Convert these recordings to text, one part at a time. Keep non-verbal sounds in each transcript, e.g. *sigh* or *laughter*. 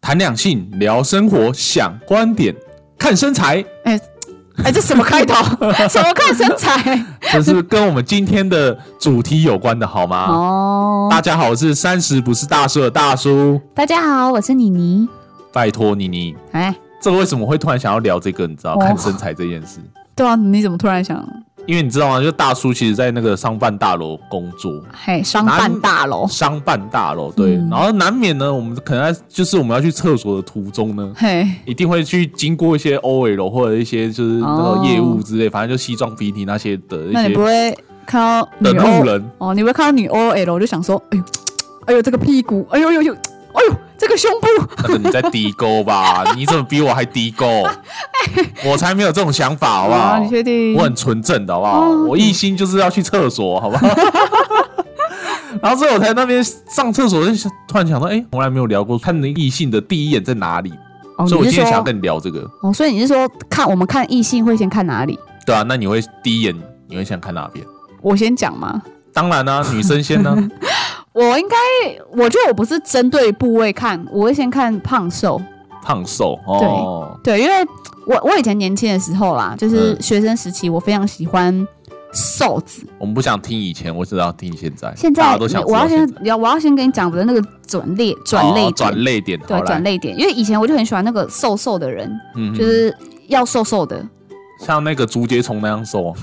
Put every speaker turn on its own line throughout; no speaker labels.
谈两性，聊生活，想观点，看身材，
*laughs* 哎哎，这什么
*laughs*
开头？什么看身材？
这是跟我们今天的主题有关的，好吗？
哦，
大家好，我是三十不是大叔的大叔，
大家好，我是妮妮。
拜托你你，
哎，
这个为什么会突然想要聊这个？你知道
哦
看身材这件事，
对啊，你怎么突然想？
因为你知道吗？就大叔其实在那个商办大楼工作，
嘿，商办大楼。
商办大楼对，
嗯
然后难免呢，我们可能在就是我们要去厕所的途中呢，
嘿，
一定会去经过一些 OL 或者一些就是那个业务之类，反正就西装笔挺那些的一
哦那你
些
不会看到
的
女
路
O
人，
哦？你不会看到女 OL 就想说，哎呦，嘖嘖哎呦，这个屁股，哎呦呦呦，嘖哎呦，这个胸部，
那个你在低沟
*laughs*
吧？你怎么比我还低沟？我才没有这种想法，好不
啊
好
你？确定？
我很纯正的，好不好？
哦
我一心就是要去厕所，好不
*laughs*
好？然后所以我才那边上厕所，就突然想到，哎、从来没有聊过看异性的第一眼在哪里，
哦，
所以我
你
今
是
天想要
说，
跟你聊这个。
哦，所以你是说看我们看异性会先看哪里？
对啊，那你会第一眼你会想看哪边？
我先讲嘛。
当然
*laughs*
啦、女生先呢、啊
我应该，我觉得我不是针对部位看，我会先看胖瘦。
胖瘦哦，
对，因为我我以前年轻的时候啦，
嗯
就是学生时期，我非常喜欢瘦子。
我们不想听以前，我只要听现在。
现
大
在
家都想知
我要
道
先
现在
要我要先跟你讲我的那个转类转类
哦
点，
转泪点，
对
好来
转类点，因为以前我就很喜欢那个瘦瘦的人，
嗯哼
就是要瘦瘦的，
像那个竹节虫那样瘦，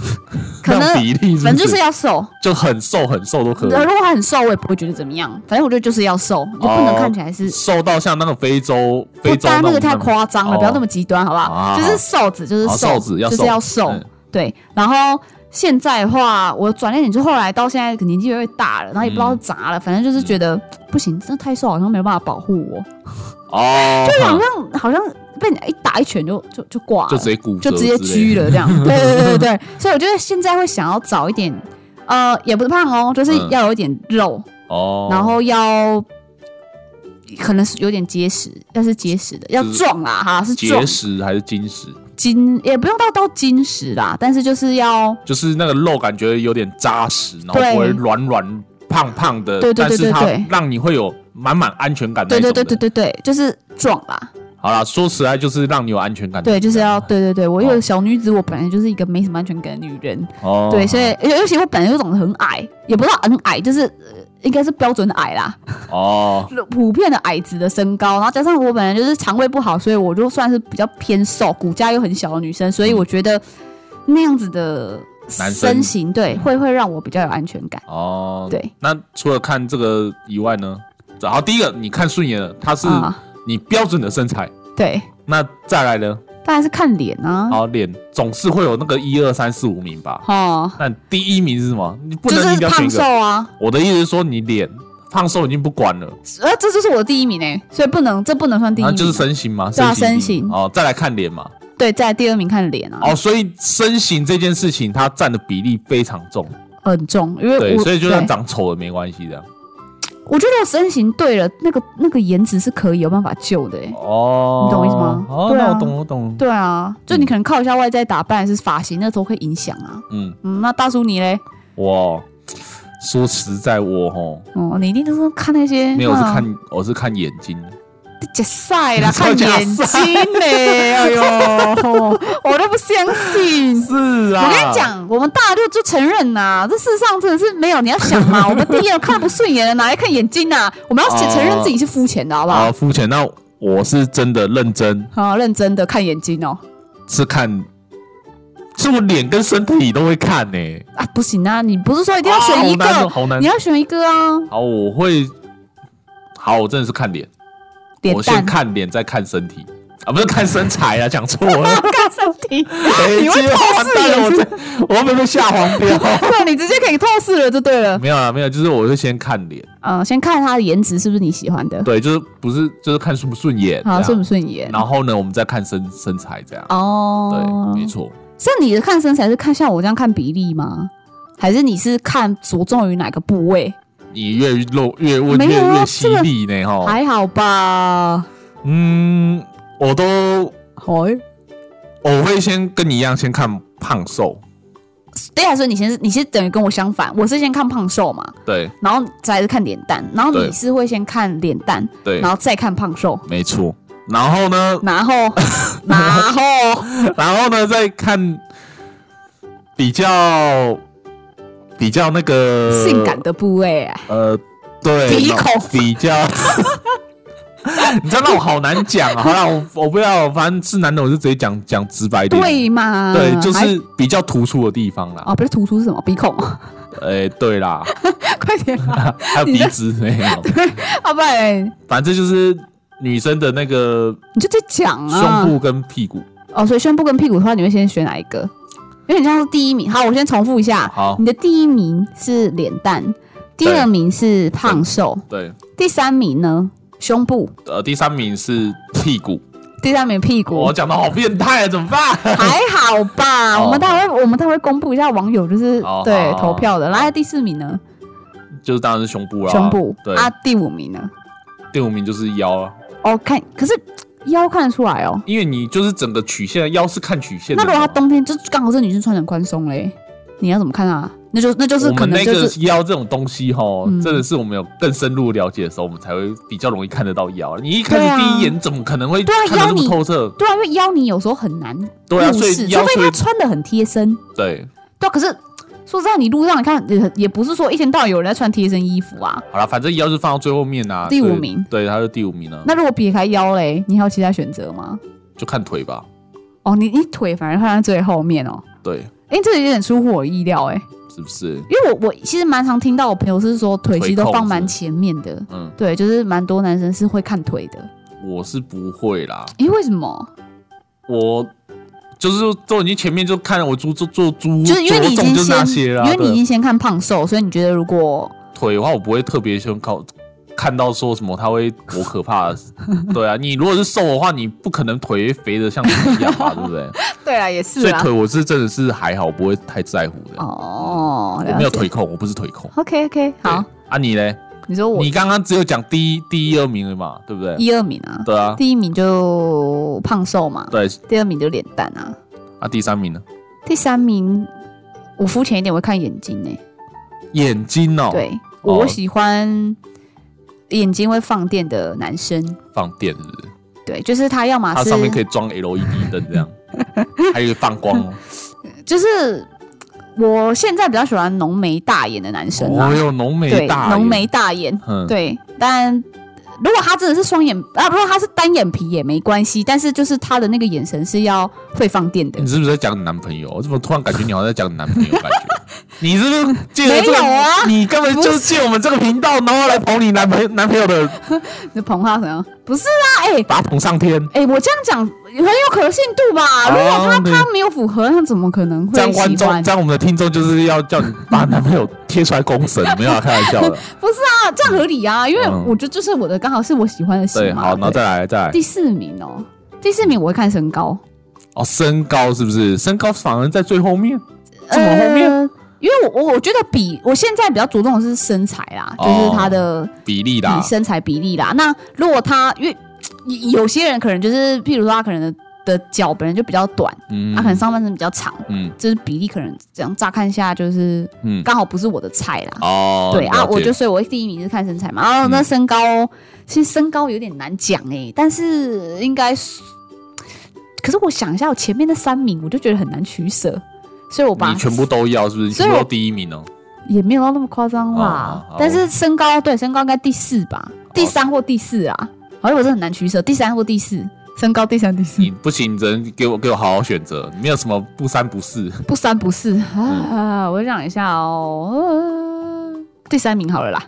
可能
那样比例是
反正
不
就是
是
要瘦。呃
就很瘦很瘦都可
如
以，
果他很瘦，我也不会觉得怎么样，反正我觉得就是要瘦，就不
哦
能看起来是。
瘦到像那个非洲非
不
洲
当然那
种
个太夸张了，
哦
不要那么极端，好不
好好
好？
好
就是瘦子，就是
好
瘦
瘦子要
就是
瘦
要瘦
嗯，
对。然后现在的话，我转念，就后来到现在年纪越来越大了，然后也不知道是咋了，
嗯
反正就是觉得不行，真的太瘦好像没有办法保护我，
哦，
就好像好像被人家一打一拳就就就挂
就
了
直，接骨折，
就直接狙
了。
了这样。
*laughs*
对对对对对，所以我觉得现在会想要找一点，呃，也不是胖哦，就是
嗯
要有一点肉，
哦，
然后要。可能是有点结实，要是结实的，要
就是
壮啦哈，是壮
结石还是金石，
金也不用到到金石啦，但是就是要
就是那个肉感觉有点扎实，然后
对
不会软软胖胖的，
对对对对
但
对
是它让你会有满满安全感那
对
一种
对对
的。
对对对，就是壮啦，
好啦，说实在就是让你有安全感的。
对，就是要对对对，我因为
哦
小女子，我本来就是一个没什么安全感的女人，
哦，
对，所以尤尤其我本来就长得很矮，也不知道很矮，就是。呃应该是标准的矮啦，
哦，
普遍的矮子的身高，然后加上我本来就是肠胃不好，所以我就算是比较偏瘦，骨架又很小的女生，所以我觉得那样子的
嗯男生
身形，对，会会让我比较有安全感。
哦，
对。
那除了看这个以外呢？好，第一个你看顺眼了，它是
啊、
你标准的身材。
对，
那再来呢？
当然是看脸啊，
好，脸总是会有那个一二三四五名吧？
哦，
那第一名是什么？你不
就
能一定
是
要选一
胖瘦
个。
啊，
我的意思是说，你脸胖瘦已经不管了，
呃，这就是我的第一名哎、所以不能，这不能算第一
然后
名，
就是身形嘛，
对啊
身
身形
哦，再来看脸嘛。
对，在第二名看脸啊，
哦，所以身形这件事情它占的比例非常重，
很重，因为
对，
我
所以就算
对
长丑了没关系的。
我觉得我身形对了，那个那个颜值是可以有办法救的哎、
哦，
你懂我意思吗
哦，
对啊
那我懂，我懂。
对啊，就你可能靠一下外在打扮，还是发型，那都会影响啊。
嗯，
嗯，那大叔你嘞？
哇，说实在我吼，
哦，你一定都是看那些
没有，我是
啊
看我是看眼睛。
假赛
*laughs*
啦，
超
看
假
眼
赛
睛嘞、哎呦，我都不相信。
*laughs* 是啊
我跟你，讲，我们大就就承认呐、这世上真的是没有。你要想
*laughs*
嘛，我们第一眼看不顺眼的，哪来看眼睛呐、我们要
哦
承认自己是肤浅的，好不好
好？肤浅。那我是真的认真，
好，认真的看眼睛哦。
是看，是我脸跟身体都会看呢、
啊，不行啊，你不是说一定要选一个，
啊好难哦，好难
你。要选一个啊，
好，我会，好，我真的是看脸，
脸
我先
蛋。
看脸，再看身体。啊，不是看身材啊，讲错
*laughs*
了。
看身体，
哎，
你会
今天
透
完
视
蛋了，
眼
我
是
这我会不会被下黄标？
对，你直接可以透视了就对了。
没有啦，没有，就是我会先看脸，
嗯，先看他的颜值是不是你喜欢的，
对，啊就是不是就是看顺不顺眼，
好
这
顺
样
不顺眼。
然后呢，我们再看身身材这样。
哦
对，，没错。
像你的看身材是看像我这样看比例吗？还是你是看着重于哪个部位？
你越露越问
没
越
有啊
越犀
这个
利呢哈。
还好吧。
嗯，我都
好，
我会先跟你一样，先看胖瘦，
对啊，所以你先是你是等于跟我相反，我是先看胖瘦嘛，
对
然后再来是看脸蛋，然后你
对
是会先看脸蛋，
对
然，后再看胖瘦。
没错。然后呢，*laughs*
然后然后
然后呢，再看比较比较那个
性感的部位啊，
呃，对，
鼻
那
孔
比较。 *laughs* 你知道那我好难讲
*laughs*
啊！好啦，我我不要，反正是男的，我就直接讲讲直白一点。
对嘛？
呃对，就
还
是比较突出的地方啦。
啊，不是突出是什么鼻孔，啊
哎、对啦，
*laughs* 快点啊！
还有鼻子
*laughs*
没有？
要不然
反正就是女生的那个
你就在讲啊
胸。部跟屁股。
哦，所以胸部跟屁股的话，你会先选哪一个？有点像是第一名。好，我先重复一下，
好，
你的第一名是脸蛋，第
对
二名是胖瘦，
对，
第三名呢胸部，
呃，第三名是屁股。
第三名屁股
我。讲的好变态，啊怎么办？ *laughs*
还好吧，
哦
我们待会我们待会公布一下网友就是
哦
对
好好
投票的。来第四名呢，
就是当然是胸部啦，
胸部
对，
啊，第五名呢，
第五名就是腰啊，
哦看，可是腰看得出来哦。
因为你就是整个曲线，腰是看曲线
那
的
如
嘛。
果她冬天就刚好是女生穿得很宽松嘞，你要怎么看啊？那就那就是
我
可
们
能
那
就
个
是
腰这种东西哈，
嗯
真的是我们有更深入了解的时候，我们才会比较容易看得到腰。你一开
对啊
始第一眼怎么可能会
对啊
看得这
腰你
么透彻？
对啊，因为腰你有时候很难
对啊，
入
所
视，
以
除
腰
非
所
她
以
穿得很贴身。
对，
对啊、可是说实在，你路上你看也也不是说一天到晚有人在穿贴身衣服啊。
好了，反正腰就放到最后面啊。
第五
所以
名
对，他是第五名了，
那如果撇开腰嘞，你还有其他选择吗？
就看腿吧。
哦，你你腿反而放在最后面哦。
对，
哎、这个有点出乎我意料哎、
是不是？
因为我我其实蛮常听到我朋友是说腿其
腿
实
控
都
是
放蛮前面的，
嗯，
对，就是蛮多男生是会看腿的。
我是不会啦，
诶，为什么？
我。就是都已经前面就看了我猪做做猪，
就是因为你已
着
经
重就是那
先，
些啦，
因为
对
你已经先看胖瘦，所以你觉得如果
腿的话，我不会特别想靠看到说什么他会多可怕
*laughs*
的事。对啊，你如果是瘦的话，你不可能腿会肥的像你一样
*laughs*
吧，对不对？
对啊，也是
所以
啦
腿。我是真的是还好，不会太在乎的。
哦，
我没有
了解
腿。控，我不是腿控。
OK OK，好
对，啊，你嘞？
你说我
你刚刚只有讲第一第一二名而已嘛，对不对？
一二名啊，
对啊，
第一名就胖瘦嘛，
对
第二名就脸蛋啊，
啊，第三名呢？
第三名我肤浅一点，我会看眼睛呢、欸
眼睛哦，，
对，
哦
我喜欢眼睛会放电的男生，
放电是不是？
对，就是他要么
它
啊是
上面可以装 LED 灯这样， *laughs* 还有放光哦。
就是我现在比较喜欢浓眉大眼的男生啦，
我有哦浓眉
啊对，
大，
浓眉，大眼，
嗯，
对，但。如果他真的是双眼啊，如果他是单眼皮也没关系，但是就是他的那个眼神是要会放电的
你。是不是在讲你男朋友？我怎么突然感觉你好像在讲你男朋友？感觉
*laughs*
你是不是借着这个？
没有啊
你根本就是借我们这个频道，然后来捧你男朋友男朋友的，
那捧他什么？不是啊，哎、
把他捧上天。
哎、我这样讲很有可信度吧？如果他、
哦对
他没有符合，那怎么可能
这样
会
观
喜欢
众，？这样我们的听众就是要叫你把男朋友贴出来公审，没有啊开玩笑
*laughs*
的。
不是啊，这样合理啊，因为
嗯
我觉得就是我的刚好是我喜欢的型
对，
嘛。
好，然后再来，再来。
第四名哦，第四名我会看身高，
哦，身高是不是？身高反而在最后面，这么后面？
呃因为我我我觉得比我现在比较着重的是身材啦，
哦啊
就是他的
比例啦
比，身材比例啦。那如果他因为有有些人可能就是，譬如说他可能的脚本来就比较短，
嗯
他可能上半身比较长，
嗯
就是比例可能这样乍看下就是
嗯，
刚好不是我的菜啦。
哦，
对啊，
了解
我就所以，我第一名是看身材嘛。然后那
嗯
身高，其实身高有点难讲哎、但是应该是，可是我想一下，我前面那三名，我就觉得很难取舍，所以我把
你全部都要是不是？你
所以
全部
我嗯
都第一名哦。
也没有到那么夸张啦
哦好。
但是身高，对身高应该第四吧，第三或第四啊。好像我真的很难取舍，第三或第四，身高第三第四
你，不行，你只能给我给我好好选择，没有什么不三不四。
*laughs* 不三不四啊。
嗯
我想一下哦。呃第三名好了
*laughs*
啦，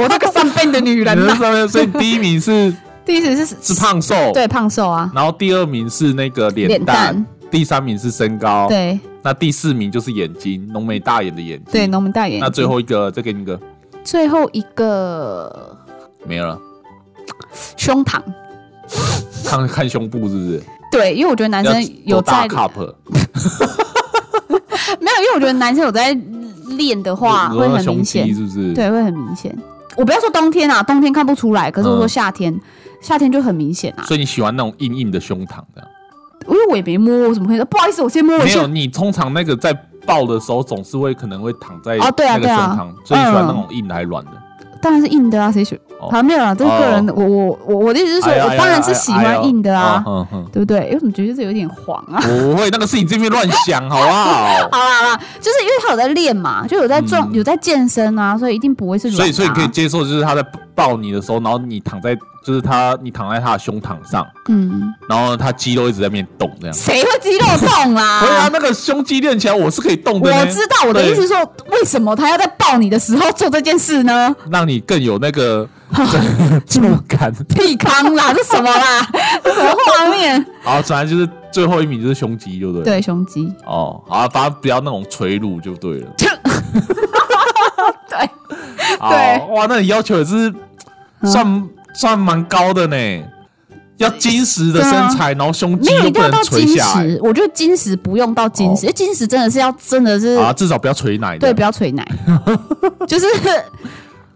我这个上辈的女人
你
呐、
在上面，所以第一名是
第一 *laughs* 是是
嗯是胖瘦，，
对胖瘦啊，
然后第二名是那个脸蛋
脸，
第三名是身高，，
对
那第四名就是眼睛，浓眉大眼的眼睛，
对，浓眉大眼睛。
嗯那最后一个再给你一个，
最后一个
没有了，
胸膛，
看看胸部是不是？
对，因为我觉得男生
要多
有
大
在
cup，
没有，因为我觉得男生有在练的话
你说
会
那
很
嗯胸
明
肌
显，
是不是？，
对，会很明显。我不要说冬天啊，冬天看不出来，可是我说
嗯
夏天，夏天就很明显啊。
所以你喜欢那种硬硬的胸膛的？
因为我也没摸，我怎么可以说不好意思，我先摸一
没有，
下？
你通常那个在抱的时候总是会可能会躺在
哦对啊
那个
对
胸
啊
膛，所以你喜欢
嗯
那种硬的还是软的？
当然是硬的啊，谁选？
哦
好，没有啦，这是个人的，我我我我的意思是说，
哎呀
我当然是喜欢硬的啊，
嗯哼，
对不对？因为我觉得这有点黄啊。
不会，那个是你这边乱想，好不好？
好啦好啦，就是因为他有在练嘛，就有在重、
嗯
有在健身啊，所以一定不会 *laughs* 是软的
所
啊、
以，所以你可以接受，就是他在抱你的时候，然后你躺在，就是他，你躺在他的胸膛上，
嗯，
然后他肌肉一直在那边动，这样。
谁会肌肉痛啦、
*laughs* 对啊，那个胸肌练起来，我是可以动的呢。
我知道我的意思是说，为什么他要在抱你的时候做这件事呢？
让你更有那个 *laughs* 触感。
*laughs* 屁康啦，这什么 *laughs* 啦？这什么画面？
好，反正就是最后一名就是胸肌，对不对？。
*laughs* 对，胸肌，
哦，好，反正不要那种垂乳就对
*laughs*
了。
对，
好
对
哦哇，那你要求也是算、
嗯
算蛮高的呢，要金石的身材，然后胸肌
没有
又
一定
不
要
能
到
垂
金
下来哦
石，我觉得金石不用到金石，因为金石真的是要真的是
啊，至少不要垂奶
对，
的。
不要
*laughs*
捶奶，就是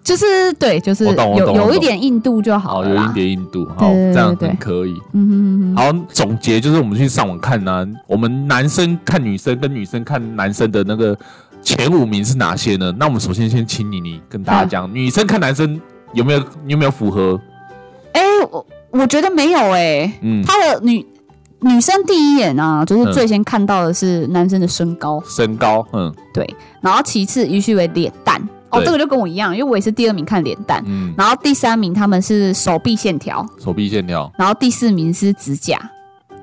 就是对，就是
我懂我
有
懂我
有一
懂
点硬度就好
好，
了
有
啦。
一点硬度，好，
对对
这样
对
很
对
可以。
嗯哼哼哼，
好，总结就是我们去上网看呢、我们男生看女生跟女生看男生的那个前五名是哪些呢？那我们首先先请你，你跟大家讲，
嗯
女生看男生有没有有没有符合？
哎、我我觉得没有哎、
嗯，
她的女女生第一眼啊，就
嗯
是最先看到的是男生的身高，
身高，嗯
对，然后其次依序为脸蛋，哦，
对
这个就跟我一样，因为我也是第二名看脸蛋，
嗯，
然后第三名他们是手臂线条，
手臂线条，
然后第四名是指甲，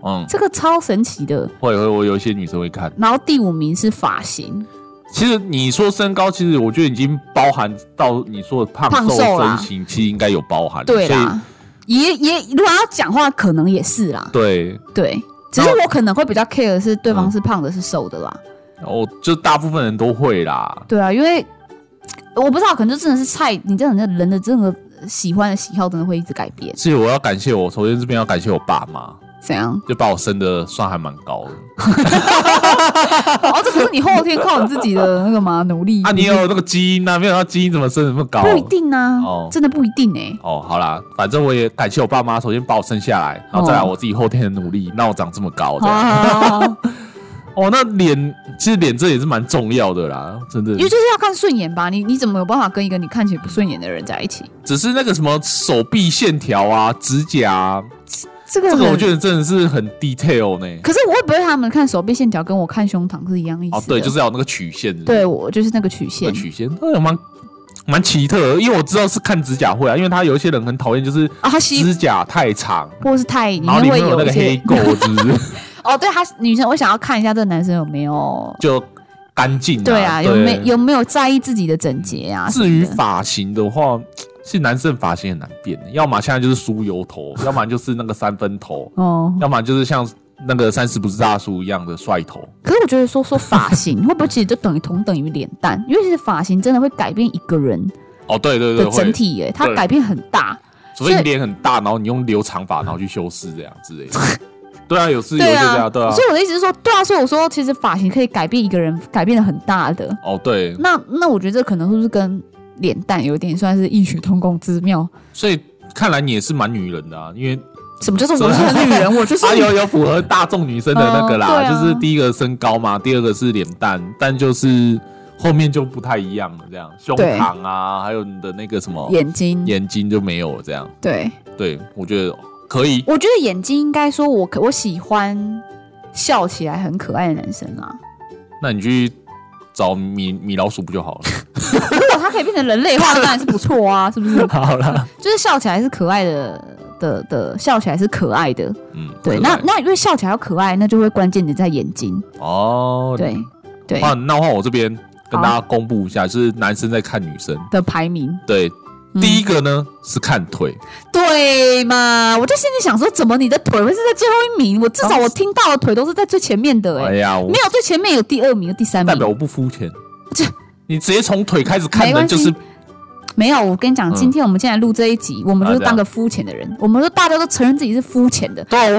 嗯，
这个超神奇的，
会会，我有一些女生会看。
然后第五名是发型，
其实你说身高，其实我觉得已经包含到你说的胖
胖
瘦
瘦
身
啦
形，其实应该有包含。
对
所以
啦，也也如果要讲话，可能也是啦，
对，啊
对，只是我可能会比较 care 的是对方是胖的是瘦的啦，
哦，就大部分人都会啦。
对啊，因为我不知道，可能就真的是菜，你真的人的这个喜欢的喜好真的会一直改变，
所以我要感谢我，首先这边要感谢我爸妈，
怎样？
*laughs* 就把我生的算还蛮高的。
哦，这不是你后天靠你自己的那个吗？努力
啊，你有那个基因啊，没有那基因怎么生得那么高？
不一定啊，
哦
真的不一定哎、
哦，好啦，反正我也感谢我爸妈，首先把我生下来，
哦
然后再来我自己后天的努力，让我长这么高这
好
样。
好好好好，
哦，那脸其实脸这也是蛮重要的啦，真的
因。为就是要看顺眼吧，你你怎么有办法跟一个你看起来不顺眼的人在一起？
只是那个什么手臂线条啊、指甲啊，
这个
这个我
很
觉得真的是很 detail 呢。
可是我会不会他们看手臂线条跟我看胸膛是一样意思的？啊
哦，对，就是要有那个曲线是不是。
对我就是那个曲
这
线
个，曲线，那蛮蛮奇特的，因为我知道是看指甲会啊，因为他有一些人很讨厌，就是
啊，它吸
指甲太长，
或是太里
然后
面
里
会
面有那
一
个黑
些
垢，是不是？ *laughs*
哦，对，他女生我想要看一下这个男生有没有
就干净、啊。
*laughs* 对啊，有没？有没有在意自己的整洁啊？
至于
什么的
发型的话，是男生发型很难变的，要么现在就是梳油
*laughs*
头，要么就是那个三分头，
哦，
要么就是像那个三十不是大叔一样的帅头。
可是我觉得说说发型会不会其实就等于同等于脸蛋，因为其实发型真的会改变一个人
哦，对对对，
的整
会，
体耶、它
对
改变很大。
除非
所
你
以
脸很大，然后你用留长发，然后去修饰这样之
*laughs*
类的。对啊，有是有就这
啊
样，对啊
所。以我的意思是说，对啊，所以我说其实发型可以改变一个人，改变的很大的。
哦，对，
那那我觉得这可能是不是跟脸蛋有点算是异曲同工之妙？
所以看来你也是蛮女人的啊，因为
什么叫做我是很女人，我就是
*laughs* 啊，有有符合大众女生的那个啦，
哦 *laughs* 对啊
就是第一个身高嘛，第二个是脸蛋，但就是后面就不太一样了，这样胸
对
膛啊，还有你的那个什么
眼睛。
眼睛就没有了，这样。
对，
对，我觉得可以。
我觉得眼睛应该说我可我喜欢笑起来很可爱的男生
*laughs*
啊。
那你去找米米老鼠不就好了？
*laughs* 如果他可以变成人类化，当然是不错啊，是
*laughs*
不是？
好啦，
就是笑起来是可爱的的的，笑起来是可爱的。
嗯，
对，
可爱
那那因为笑起来要可爱，那就会关键点在眼睛。
哦，
对对
换那换我这边跟
好
大家公布一下，就是男生在看女生，
的排名，
对，
嗯
第一个呢是看腿，
对嘛？我就心里想说，怎么你的腿会是在最后一名？我至少我听到的腿都是在最前面的、欸，
啊哎呀，我
没有最前面有第二名、有第三
代表我
名。
不肤浅
这，
*laughs* 你直接从腿开始看人
没关系
就是
没有，我跟你讲
嗯，
今天我们进来录这一集，我们就是
啊这样
当个肤浅的人，我们就大家都承认自己是肤浅的。
都
世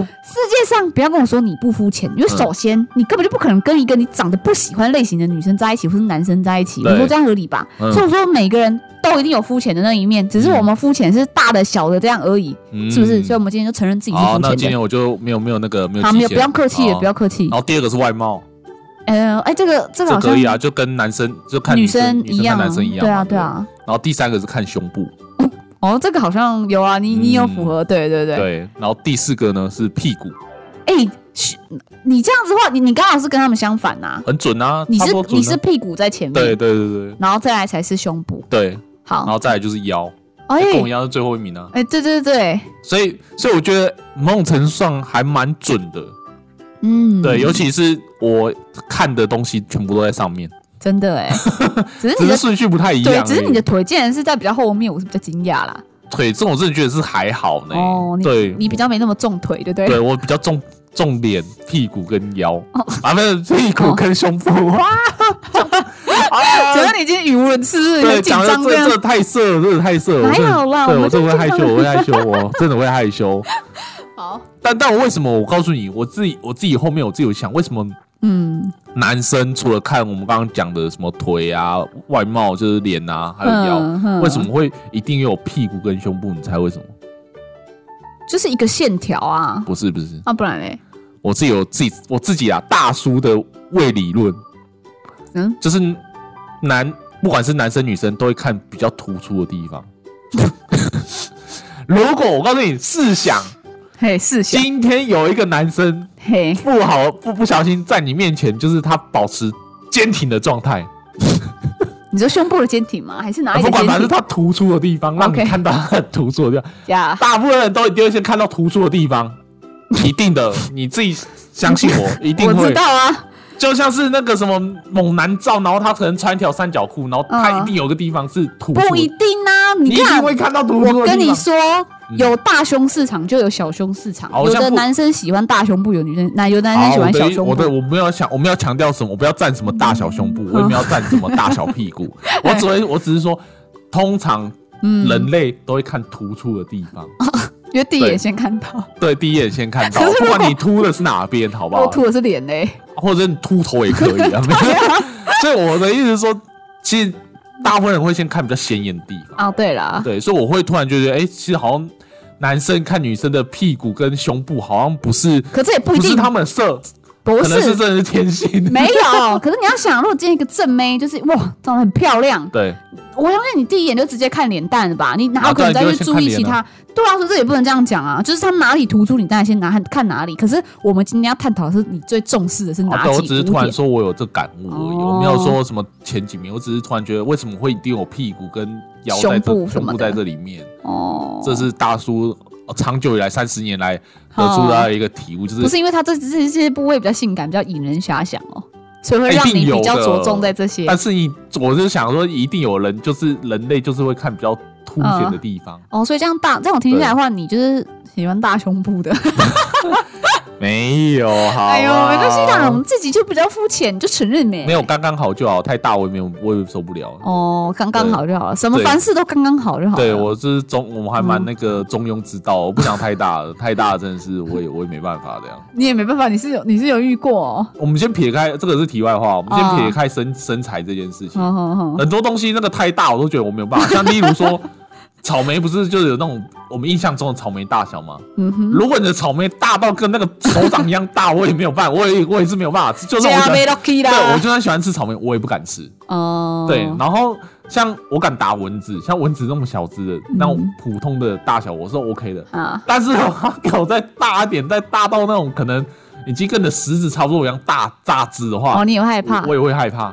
界上不要跟我说你不肤浅，因为
嗯
首先、你根本就不可能跟一个你长得不喜欢类型的女生在一起，或是男生在一起。
对
我说这样合理吧？
嗯
所以我说每个人都一定有肤浅的那一面，只是我们肤浅是大的、小的这样而已，是不是？所以我们今天就承认自己是
嗯好，那
肤
今
浅的。
天我就没有没有那个没有
好，
极
没有，
限
不要客气
好
了，不要客气
然。后第二个是外貌，
呃，哎，这个这个
哦这
好像
可以啊，就跟男生就看
女
生
一
看
样啊，
男生一样，
对啊对。啊。
然后第三个是看胸部，
哦，这个好像有啊，你你有符
嗯
合，对对对。
对。然后第四个呢是屁股，
哎、嘘你这样子的话，你你刚好是跟他们相反呐、
很准啊，
你
差
是
不多准啊
你是屁股在前面，
对对对对
然后再来才是胸部。
对，然
好，
后再来就是腰，
哎
跟我一
哎、
样是最后一名啊。
对对对，
所以所以我觉得某种程度上还蛮准的，
嗯，
对，尤其是我看的东西全部都在上面，
真
*laughs*
的哎、只是
只
你
是
的
顺序不太一样而
对，
已。
只是你的腿竟然是在比较后面，我是比较惊讶啦。
腿，这种我真的觉得是还好呢。
哦你
对，
你比较没那么重腿，对不对？
对我比较重重脸、屁股跟腰，啊，不是屁股
哦
跟胸部。哇，
*laughs* 觉得你已经语无伦次，有
对，
点紧
讲的
张
这
这样
这。太色了，真的太色了。我
还
真的
好啦
对
我
我
们
真的会
就
害
这
羞，
样
我会害羞，我真的会害羞。
好，
但但我为什么？我告诉你，我自己我自己后面我自己有想，为什么
嗯
男生除了看我们刚刚讲的什么腿啊、外貌，就是脸啊，还有腰，
嗯嗯
为什么会一定有屁股跟胸部？你猜为什么？
就是一个线条啊，
不是不是，
啊，不然嘞，
我自己有自己我自己啊，大叔的胃理论，
嗯，
就是男不管是男生女生都会看比较突出的地方。 *laughs* 如果我告诉你，试想
嘿，是线，
今天有一个男生
嘿，
不好不不小心在你面前，就是他保持坚挺的状态，
你说胸部的坚挺吗？还是哪里
啊不
的
管
坚
反正
挺？
他突出的地方，让你
OK
看到他很突出的
*laughs*
地方。
呀，
大部分人都一定会先看到突出的地
*laughs*
方，一定的，你自己相信我，一定
我
会
知。道啊，
就像是那个什么猛男照，然后他可能穿一条三角裤，然后他
嗯
一定有个地方是突出的，
不一定啊，
你
你
一定
看。
会看到突出
我
的
跟
地
你
方。嗯
说，有大胸市场就有小胸市场，
好
有
像
的
不
男生喜欢大胸部，有女生那有的
好，
男生喜
我
欢
的
小
意
胸
我的
部。嗯
我没有想，我没有强调什么，我不要站什么大小胸部，我也没有站什么大小屁
*laughs*
股，我只会我只是说，通常
嗯，
人类都会看突出的地方，
因为第一
对
眼先看到，
对，第一眼先看到
可，是
不
如果
管你凸的是哪边，好不
我
好？
吐的是脸嘞。
或者你秃头也可以
*laughs*
啊。所以我的意思是说，其实大部分人会先看比较显眼的地方，
啊，对啦，
对，所以我会突然觉得，哎、其实好像男生看女生的屁股跟胸部，好像不是
可这也不一
不
定
是，他们的色，
不
可能是 *laughs*
是
真的是天性。
没有。可是你要想，如果今天一个正妹，就是哇，长得很漂亮，
对，
我相信你第一眼就直接看脸蛋了吧？你哪
啊
有可能再去注意其他？对啊，所以这也不能这样讲啊。就是他哪里突出，你当然先拿看哪里。可是我们今天要探讨的是你最重视的是
啊
哪
对，我
几
只是
个
突
点
然。说我有这感悟而已，
哦
我没有说什么前几名，我只是突然觉得为什么会一定有屁股跟腰在
胸
这
部什
胸
么
部
的
在这里面，
哦，
这是大叔呃长久以来三十年来得出来的一个体悟，就是
不是因为它这这这些部位比较性感，比较引人遐想哦，所以会让
哎一定
你
有
比较
的
着重在这些。
但是你，我是想说，一定有人就是人类，就是会看比较凸显的地方。
哦，所以这样大，这样我听起来的话，你就是喜欢大胸部的。
没有，好、啊
哎呦，没关系啦，我们自己就比较肤浅，你就承认呗。
没有刚刚好就好，太大我也没有，我也受不了。
哦，刚刚好就好了，什么
对
凡事都刚刚好就好了。
对我就是中，我们还蛮那个中庸之道，我不想太大 *laughs* 了，太大真的是我也我也没办法这样。
你也没办法，你是有你是有遇过哦。
我们先撇开这个是题外话，我们先
哦
撇开身、身材这件事情，
好好好，
很多东西那个太大我都觉得我没有办法，像例如说。草莓不是就有那种我们印象中的草莓大小吗？
嗯哼，
如果你的草莓大到跟那个手掌一样大，我也没有办法，我也我也是没有办法吃。就算我喜欢，
lucky
对我就算喜欢吃草莓，我也不敢吃。
哦，
对，然后像我敢打蚊子，像蚊子那么小只的，
嗯
那种普通的大小，我是 OK 的。
啊，
但是它给我再大一点，再大到那种可能已经跟你的食指差不多一样大大只的话，
哦，你也会害怕
啊
嗯
我我也会害
*laughs*
怕。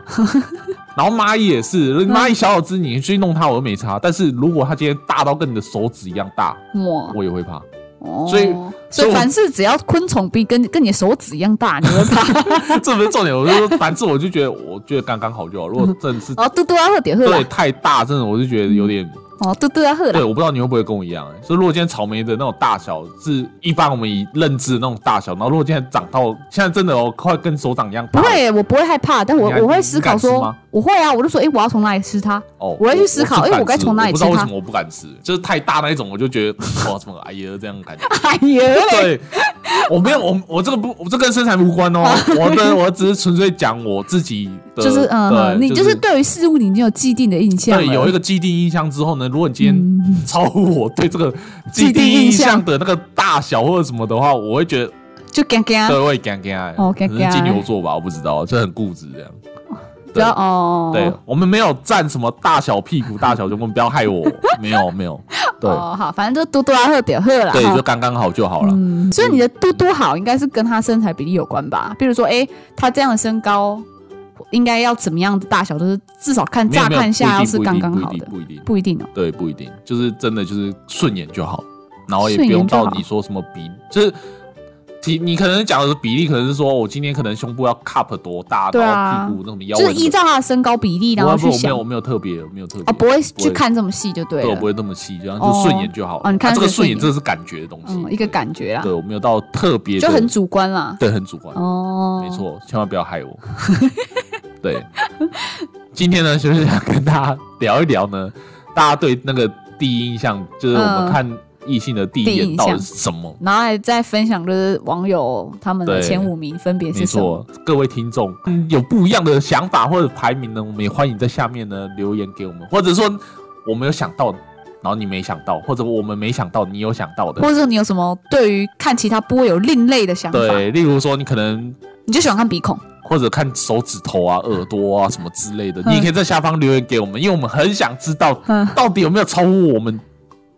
然后蚂蚁也是，蚂蚁小小只，你去弄它我都没差。但是如果它今天大到跟你的手指一样大，
我，
我也会怕。
哦
所以所
所
以
以
我
凡事只要昆虫比跟跟你的手指一样大，你会
*laughs*
怕。
这不是重点，我就说， *laughs* 反正我就觉得，我觉得刚刚好就好。如果真的是
哦，嘟嘟要喝点喝
对
啦，
太大，真的我就觉得有点，
哦，嘟嘟要喝
对，
啦，
我不知道你会不会跟我一样、欸。所以如果今天草莓的那种大小是一般我们以认知的那种大小，然后如果今天长到现在真的哦，快跟手掌一样
不
大，
会，我不会害怕，但我
你还
我会思考
你敢吃
说
吗，
我会啊，我就说，哎，我要从哪里吃它？
哦，
我会去思考
不敢
哎我该从哪里
我不知道
吃
为
它
什么我不敢吃，就是太大那一种，我就觉得哇，怎么哎呀这样感觉。
哎呀嘞，
*laughs* 对，我没有，我我这个不，我这跟身材无关哦，我的我只是纯粹讲我自己的，
就是嗯，
对
你就是对于事物你已经有既定的印象
对，
了，嗯
有一个既定印象之后呢，如果你今天超乎我对这个
既
既
定
定
印
印
象
象的那个大小或者什么的话，我会觉得
就干干
对，我也尴尬。
啊哦
啊可
尴尬
能是金牛座吧，我不知道，就很固执这样。
不要哦，
对，我们没有站什么大小屁股、大小胸，我们不要害
*laughs*
我，没有没有，对
哦好，反正就嘟嘟啊喝点喝啦。
对，
哈
就刚刚好就好了。
嗯，所以你的嘟嘟好应该是跟他身材比例有关吧？比如说，哎、他这样的身高，应该要怎么样的大小，就是至少看
没有
乍
没有
看下要
不一定
是
不一
刚
定
刚好
不一定
的，
不一定，
不一定哦。
对，不一定，就是真的就是顺眼就好，然后也不
顺眼
用
就
到
好
你说什么比，就是你你可能讲的比例，可能是说我今天可能胸部要 cup 多大，
对啊
然后屁股那什么腰
就
围
是
那个，
依照他的身高比例，然后
我
去
我没
想
有我没有特别，我没有特别，
哦，不会
不会
去看这么细就对
对我
了
不。会那么细，就就顺眼就好了。
哦你看
啊这个
是顺
顺眼，
眼
这个是感觉的东西，
嗯，一个感觉啦
对，，我没有到特别的，
就很主观啦。
对，很主观，
哦，
没。错，千万不要害我。 *laughs* 对，今天呢，就是想跟大家聊一聊呢，大家对那个第一印象，就是我们
嗯
看异性的第
第一
一眼
印
到底
象
是什么。
然后还再分享就是网友他们的
对
前五名分别
没
是什么？
错，各位听众、嗯有不一样的想法或者排名呢，我们也欢迎在下面呢留言给我们，或者说我们有想到，然后你没想到，或者我们没想到，你有想到的
或。者说你有什么对于看其他部位有另类的想法？
对，例如说你可能
你就喜欢看鼻孔。
或者看手指头啊、耳朵啊什么之类的，
嗯
你也可以在下方留言给我们，因为我们很想知道
嗯
到底有没有超乎我们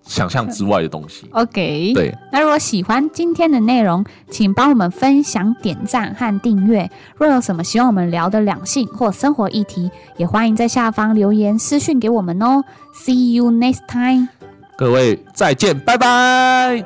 想象之外的东西。
OK。
对，
那如果喜欢今天的内容，请帮我们分享、点赞和订阅。若有什么希望我们聊的两性或生活议题，也欢迎在下方留言私讯给我们哦。See you next time.
各位再见，拜拜。